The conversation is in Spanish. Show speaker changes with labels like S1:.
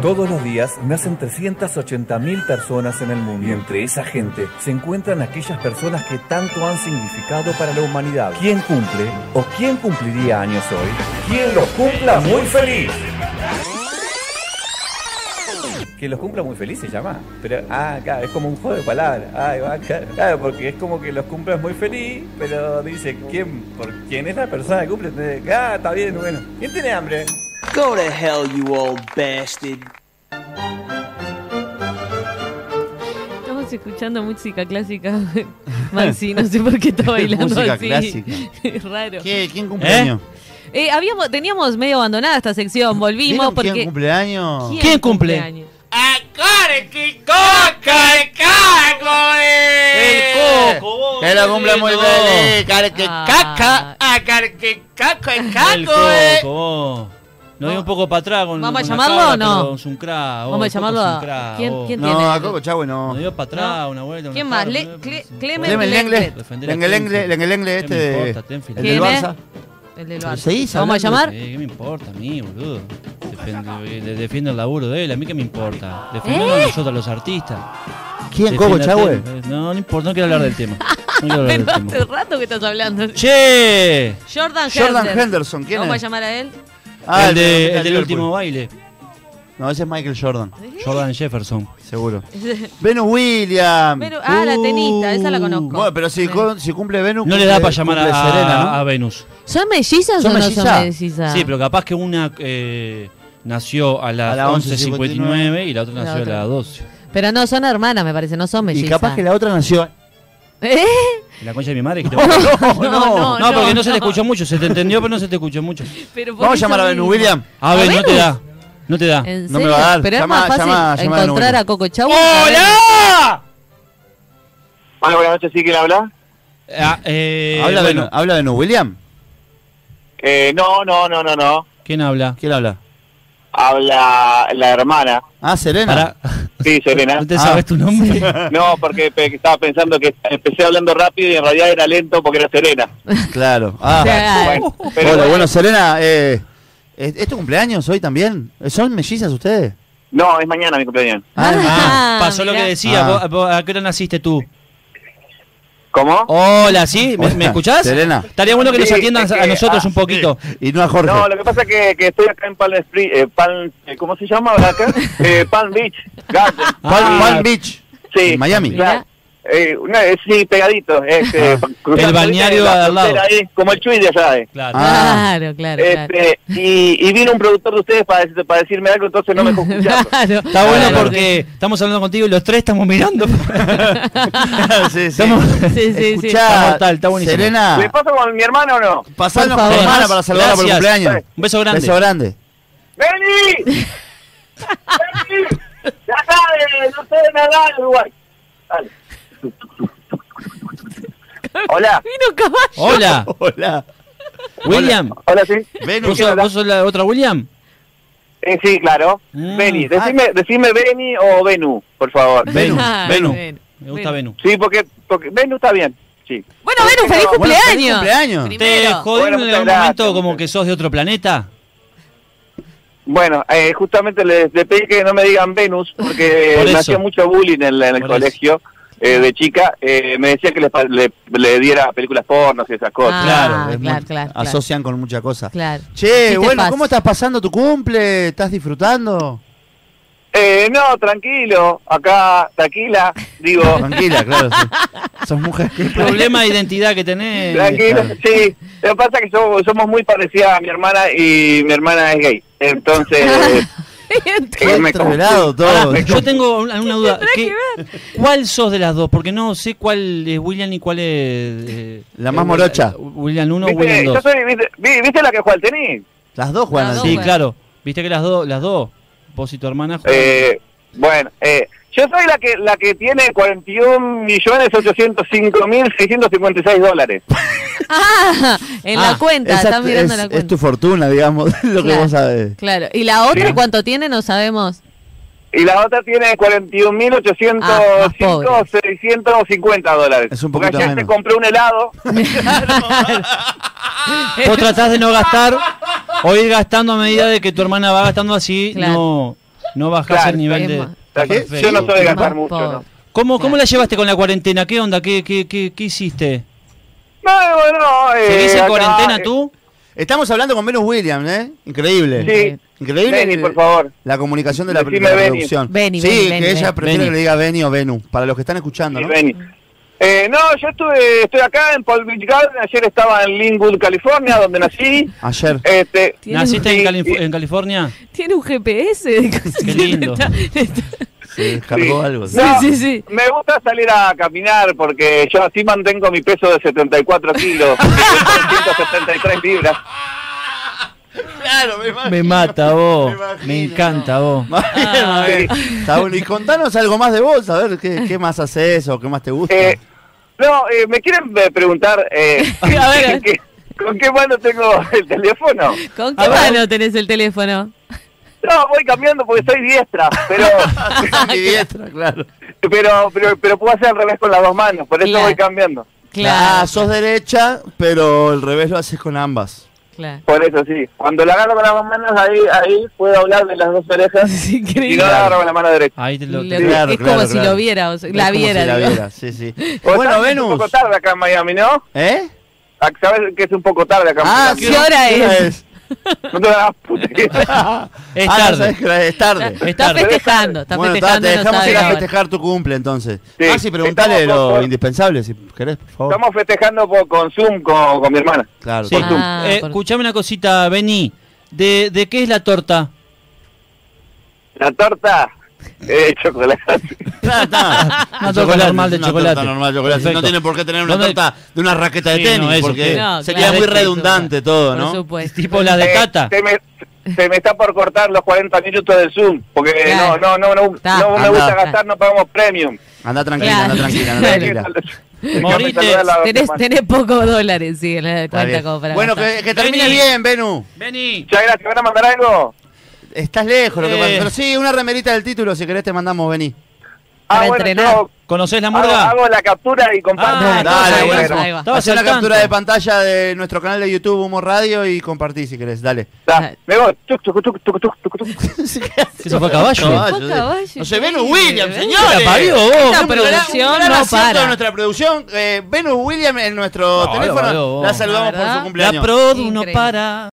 S1: Todos los días nacen 380.000 personas en el mundo. Y entre esa gente se encuentran aquellas personas que tanto han significado para la humanidad. ¿Quién cumple o quién cumpliría años hoy? ¿Quién los cumpla muy feliz? Que los cumpla muy feliz se llama. Pero, ah, claro, es como un juego de palabras. Ay, va, claro, claro, porque es como que los cumplas muy feliz, pero dice, ¿quién? ¿Por quién es la persona que cumple? Entonces, Ah, está bien, bueno. ¿Quién tiene hambre?
S2: Go to hell, you old bastard.
S3: Estamos escuchando música clásica. Maxi, no sé por qué está bailando
S4: Música
S3: así.
S4: clásica.
S3: Es raro.
S4: ¿Qué? ¿Quién cumpleaños?
S3: Eh, habíamos, teníamos medio abandonada esta sección, volvimos
S4: ¿Vieron
S3: porque.
S4: ¿Quién cumpleaños?
S3: ¿Quién
S5: ¿Quién cumple?
S3: cumpleaños?
S4: ¡El coco! Eh, ¡Que lo cumple muy feliz! ¡Care que
S3: Ah.
S4: caca! ¡Ah, care que caca! ¡Es caco, eh!
S5: vos. Nos dio un poco para atrás con
S3: ¿Vamos a
S5: con la
S3: llamarlo
S5: cabra,
S3: o no?
S5: pero Es un
S4: Ah,
S5: cra, vos,
S3: Vamos a
S5: el Coco
S3: llamarlo
S5: es un
S3: a-
S5: cra,
S3: ¿Quién-
S5: vos.
S3: quién?
S4: No, a Coco Chagüe no.
S5: Nos dio para atrás una vuelta. una
S3: ¿Quién más?
S5: cara,
S3: Le-
S5: una-
S3: Cle-
S5: un-
S3: Clemen-
S4: Deme el engle,
S5: Defender a
S4: el engle,
S5: Clemson.
S4: el engle
S5: ¿Qué
S4: este
S5: me
S4: de,
S5: importa? Ten
S4: el
S5: feliz.
S3: ¿Quién
S4: del
S3: es?
S4: Barça.
S3: El del
S4: Pero
S3: Barça.
S4: seguís
S3: ¿Vamos a
S4: hablando
S3: llamar?
S5: Eh, ¿Qué me importa a mí, boludo? Defiendo, le defiendo el laburo de él, a mí qué me importa. Defendemos
S3: ¿Eh?
S5: a nosotros, a los artistas.
S4: ¿Quién,
S5: Defiendo
S4: Coco
S5: al
S4: Chagüe?
S5: tema. Eh, No, no importa, no quiero hablar del tema. No quiero hablar del
S3: Pero hace
S5: tema.
S3: rato que estás hablando.
S5: ¡Che!
S3: Jordan,
S4: Jordan
S3: Henderson.
S4: Henderson, ¿quién
S3: Vamos
S4: es?
S3: a llamar a él.
S5: el, de- el del
S4: Ah, Liverpool.
S5: último baile.
S4: No, ese es Michael Jordan,
S5: Jordan Jefferson.
S4: seguro. Venus Williams. Uh.
S3: Pero- ah, la tenista, esa la conozco.
S4: Bueno, pero si, cu- si cumple Venus.
S5: No le
S4: cumple-
S5: da para llamar
S4: cumple
S5: a,
S4: Serena, ¿no?
S5: a Venus.
S3: ¿Son mellizas
S4: ¿Son
S3: o no
S4: mellizas?
S3: son mellizas?
S5: Sí, pero capaz que una eh, nació a las
S4: A las
S5: 11.59 y la otra
S3: La
S5: nació
S3: otra.
S5: a las 12.
S3: Pero no, son hermanas, me parece, no son mellizas.
S4: Y capaz que la otra nació.
S3: ¿Eh?
S5: Y La concha de mi madre. que te-
S4: Oh, no,
S3: No, no,
S5: No, porque no se te escuchó mucho. Se te entendió, pero no se te escuchó mucho.
S3: Pero por
S4: Vamos a
S3: eso
S4: llamar a Venus
S3: mismo.
S4: Williams.
S5: A ver, no te
S3: Venus?
S5: da. No te da.
S3: ¿En
S4: Ah, No me
S3: serio?
S4: va a dar.
S3: Pero
S4: Llama-
S3: es más fácil
S4: llama- llama de
S3: encontrar
S4: nuevo.
S3: a Coco Chau.
S5: ¡Hola!
S6: Hola, buenas noches, ¿sí? ¿Quién habla?
S5: Ah, eh,
S4: ¿Habla,
S5: bueno,
S4: Venus, ¿Habla Venus Williams?
S6: Eh, no, no, no, no, no.
S5: ¿Quién habla?
S4: ¿Quién habla?
S6: Habla la hermana.
S4: Ah, Serena.
S5: Pará.
S6: Sí, Serena.
S5: ¿No te
S4: Ah.
S5: sabes tu nombre?
S6: No, porque pe- estaba pensando que empecé hablando rápido y en realidad era lento porque era Serena.
S4: Claro. Ah.
S3: Claro.
S6: Bueno, pero
S4: Hola,
S6: bueno.
S4: bueno, Serena, eh, ¿es, es tu cumpleaños hoy también? ¿Son mellizas ustedes?
S6: No, es mañana mi cumpleaños.
S3: Ah,
S5: Pasó lo
S3: mirá.
S5: que decía.
S4: Ah.
S5: vos- vos- ¿A qué hora naciste tú?
S6: ¿Cómo?
S5: Hola, ¿sí? ¿Me,
S4: Hola,
S5: me escuchás?
S4: Serena.
S5: Estaría bueno que nos
S6: Sí,
S5: atiendan
S6: es
S5: a
S6: que-
S5: nosotros
S6: ah,
S5: un poquito.
S4: Y no a Jorge.
S6: No, lo que pasa es que, que estoy acá en Palm Springs, eh, Palm- eh, ¿cómo se llama ahora acá? Eh, Palm Beach Garden.
S4: Palm,
S5: Ah.
S4: Palm Beach.
S6: Sí.
S4: en Miami.
S6: Claro. Eh, una- eh, sí, pegadito. este, cruzando,
S5: El balneario
S6: ¿viste? La
S5: al lado.
S6: frontera ahí, como el Chuy de allá. eh.
S5: Claro.
S4: Ah.
S3: Claro, claro, claro.
S6: Este, y, y vino un productor de ustedes para, dec- para decirme algo, entonces no me dejó escucharlo.
S3: Claro.
S5: Está bueno
S3: Claro,
S5: porque estamos hablando contigo y los tres estamos mirando.
S4: sí, sí.
S5: Estamos-
S3: sí. Sí, sí, sí.
S4: Escuchá,
S5: Está mortal, está buenísimo.
S6: ¿Le
S4: Serena,
S6: pasa con mi hermano o no?
S4: pasanos
S3: Por
S4: con
S3: favor.
S4: hermana para saludarla por el
S5: Gracias.
S4: cumpleaños.
S5: Un beso grande.
S4: Beso grande.
S6: ¡Vení! ¡Vení! ¡Ya sabe! ¡No sé nadar, Uruguay! Dale. Hola,
S3: Vino caballo.
S5: Hola,
S4: Hola.
S5: William.
S6: hola, sí.
S4: Venus.
S5: ¿Vos sos, vos sos la otra William?
S6: Eh, sí, claro.
S5: Mm.
S6: Vení, decime, decime Beni o Venu, por favor.
S4: Venus,
S3: Claro,
S4: Venus.
S3: Venus.
S5: Me gusta
S3: Venus.
S5: Venus.
S6: Sí, porque, porque Venu está bien. Sí.
S3: Bueno, Venus, feliz
S6: Bueno,
S4: Bueno,
S3: cumpleaños.
S4: feliz cumpleaños.
S3: Prim-
S5: ¿Te
S3: Primero.
S5: jodieron
S6: Bueno,
S5: en
S6: muchas
S5: algún
S6: gracias.
S5: momento como que sos de otro planeta?
S6: Bueno, eh, justamente les, les pedí que no me digan Venus, porque
S5: Por
S6: me
S5: eso.
S6: hacía mucho bullying en, la- en el
S5: Por eso.
S6: colegio eh, de chica. Eh, me decían que les pa- le, le diera películas pornos y esas
S5: Ah.
S6: cosas.
S3: Claro, Ah,
S4: es
S3: claro,
S4: muy-
S3: claro, claro.
S4: Asocian con muchas cosas.
S3: Claro.
S4: Che,
S3: Sí te
S4: bueno,
S3: pasa.
S4: ¿cómo estás pasando tu cumple? ¿Estás disfrutando?
S6: Eh, no, tranquilo, acá, tranquila, digo,
S4: Tranquila, claro. sí. Sos mujer.
S5: Problema de identidad que tenés.
S6: tranquilo, sí. Lo que pasa es que somos, somos muy parecidas a mi hermana y mi hermana es gay. Entonces, eh,
S4: Qué
S6: me
S4: entreverado
S5: Pará,
S4: todo.
S5: yo tengo una, una duda. ¿Qué- ¿Cuál sos de las dos? Porque no sé cuál es William y cuál es... eh,
S4: La más
S5: eh,
S4: morocha.
S5: William 1 o
S6: ¿viste?
S5: William
S6: Yo
S5: 2.
S6: soy, ¿viste? vi- ¿viste la que juega al tenis?
S4: Las dos juegan
S3: Las
S4: al
S3: dos
S5: Sí,
S4: tenis.
S3: juegan.
S5: claro. Viste que las dos, las dos, vos y tu hermana juegan.
S6: Eh, bueno, eh, yo soy la que la que tiene 41 millones 805 mil 656 dólares.
S3: Ah, en
S4: Ah,
S3: la cuenta,
S4: esa
S3: estás mirando
S4: es,
S3: la
S4: es
S3: cuenta.
S4: tu fortuna, digamos, lo que
S3: Claro.
S4: vos sabés.
S3: Claro. ¿Y la otra
S6: Sí.
S3: cuánto tiene? No sabemos.
S6: Y la otra tiene 41 mil 805 650 dólares.
S4: Es un
S6: Porque
S4: poquito
S6: ayer
S4: menos.
S6: se compró un helado.
S5: Vos tratás de no gastar o ir gastando a medida de que tu hermana va gastando así,
S3: Claro.
S5: no, No bajás
S6: Claro.
S5: el nivel
S3: Es
S5: de.
S3: más-
S6: O sea, que
S5: Perfecto.
S6: yo no soy de
S3: Más
S6: gastar mucho,
S3: pobre.
S6: ¿no?
S5: ¿Cómo, ¿Cómo la llevaste con la cuarentena? ¿Qué onda? ¿Qué, qué, qué, qué hiciste?
S6: No, bueno, no, eh,
S5: ¿Seguís en
S6: acá,
S5: cuarentena
S6: eh,
S5: tú?
S4: Estamos hablando con Venus Williams, ¿eh? Increíble.
S6: Sí.
S4: Increíble.
S6: Benny,
S4: el-
S6: por favor.
S4: La comunicación de la,
S6: Decime
S4: de la
S6: Benny.
S4: producción.
S3: Benny,
S4: sí,
S3: Benny,
S4: que
S3: Benny,
S4: ella
S3: Benny.
S4: prefiere
S5: Benny.
S4: que le diga Benny o Venu, para los que están escuchando,
S6: Sí,
S4: ¿no?
S6: Benny. Eh, no, yo estuve, estoy acá en Paul Beach Garden, ayer estaba en Linwood, California, donde nací.
S4: Ayer.
S6: Este,
S3: Tiene un,
S5: ¿Naciste en,
S6: Sí,
S5: Calif-
S6: sí.
S5: en California?
S3: tiene un GPS. de cosas que
S5: lindo.
S3: le le está-
S4: Se descargó
S6: sí.
S4: algo.
S6: No,
S3: Sí, sí, sí.
S6: Me gusta salir a caminar porque yo así mantengo mi peso de 74 kilos, que son 173 libras.
S4: Claro, me imagino.
S5: Me mata vos.
S4: imagino.
S5: Me encanta vos.
S4: Más bien,
S3: Ah,
S4: más bien. Está bueno. Y contanos algo más de vos, a ver qué, qué más haces o qué más te gusta.
S6: Eh, no, eh, me quieren eh, preguntar eh,
S3: A ver.
S6: ¿qué- con qué mano tengo el teléfono.
S3: ¿Con qué mano tenés el teléfono?
S6: No, voy cambiando porque soy diestra, pero
S4: Mi diestra, claro.
S6: pero, pero pero puedo hacer al revés con las dos manos, por eso
S3: Claro.
S6: voy cambiando.
S3: Claro.
S4: Ah, sos derecha, pero el revés lo haces con ambas.
S3: claro.
S6: Por eso sí. Cuando la agarro con las dos manos ahí ahí puedo hablar de las dos orejas
S3: Es
S6: y
S3: increíble.
S6: no la agarro con la mano derecha.
S5: Ahí te lo.
S3: Lo-
S5: te-
S4: Claro,
S3: es
S4: claro,
S3: como si
S4: claro.
S3: lo viera, o sea,
S4: Es
S3: la
S4: como si
S3: viera.
S4: la
S3: digo.
S4: viera, sí, sí.
S6: Vos
S4: Bueno,
S6: sabés que Es un
S4: Venus.
S6: poco tarde acá en Miami, ¿no?
S4: ¿Eh?
S6: Ah, Sabes que es un poco tarde acá en
S4: Ah,
S6: Miami.
S3: ¿qué hora es?
S6: No te das puta idea.
S5: Es
S4: Ah, no
S5: tarde.
S4: sabés que hora es, es tarde.
S5: Es
S3: Está
S5: tarde.
S3: festejando, está
S4: bueno, ta,
S3: festejando.
S4: te
S3: no
S4: dejamos
S3: sabe
S4: ir a
S3: ahora.
S4: festejar tu cumple entonces.
S6: Sí,
S4: Ah, sí, preguntale
S6: estamos
S4: lo
S6: por-
S4: indispensable, si querés, por favor.
S6: Estamos festejando por- con Zoom con, con mi hermana.
S4: Claro,
S5: Sí.
S4: por Zoom.
S3: Ah,
S5: Eh,
S3: por-
S5: Escuchame una cosita, Beni. ¿De, ¿De qué es la torta?
S6: La torta eh, chocolate.
S4: Ah, está.
S5: Una
S4: El
S5: torta
S4: chocolate,
S5: normal de
S4: una
S5: chocolate.
S4: torta normal de chocolate.
S5: Perfecto.
S4: No tiene por qué tener una
S5: ¿Dónde-
S4: torta de una raqueta de
S5: Sí,
S4: tenis,
S5: no, eso,
S4: porque
S5: ¿qué?
S3: No,
S4: sería
S3: claro,
S4: muy
S3: eso,
S4: redundante
S3: eso,
S4: todo,
S3: Por
S4: ¿no?
S3: supuesto.
S5: Tipo la de
S6: Eh,
S5: Tata.
S6: Se me, se me está por cortar los 40 minutos del Zoom, porque
S3: Claro.
S6: no, no, no, no,
S3: Está.
S6: no me gusta
S4: Anda.
S6: gastar, no pagamos premium.
S4: Anda tranquila,
S3: Claro.
S4: anda tranquila, anda
S3: Claro.
S4: tranquila.
S5: Morite.
S3: Tenés, tenés pocos dólares, sí, en la
S4: Está
S3: cuenta
S4: bien.
S3: como para
S4: Bueno,
S3: gastar.
S4: que, que termine
S5: Vení.
S4: bien, Benu.
S5: Beni.
S6: Muchas gracias, ¿van a mandar algo?
S4: Estás lejos, lo que
S5: Eh.
S4: pasa. Pero sí, una remerita del título, si querés te mandamos, vení.
S3: Para
S6: Ah, bueno,
S3: entrenar.
S6: yo
S5: ¿Conocés la
S6: hago,
S5: murga?
S6: hago la captura y comparto.
S5: Ah,
S6: en
S4: Dale,
S5: ahí,
S6: Instagram.
S4: buenísimo.
S3: ahí va.
S5: Estabas
S4: Hacé una
S5: al tanto.
S4: captura de pantalla de nuestro canal de YouTube, Humo Radio, y compartí si querés, dale.
S6: Da, Me voy. Tuc, tuc, tuc, tuc, tuc, tuc, tuc.
S5: ¿Que se fue a caballo?
S3: Fue a caballo,
S4: No sé,
S3: increíble, ¿eh?
S4: Venus Williams,
S3: ¿ves?
S4: señores.
S5: ¿La parió vos?
S4: Esta
S3: Esta producción no para.
S4: de nuestra producción. Eh, Venus Williams en nuestro
S5: No, la
S4: teléfono.
S5: parió vos.
S4: La saludamos
S3: La verdad.
S4: por su
S5: La
S4: cumpleaños.
S5: produ no
S3: Increíble.
S5: para.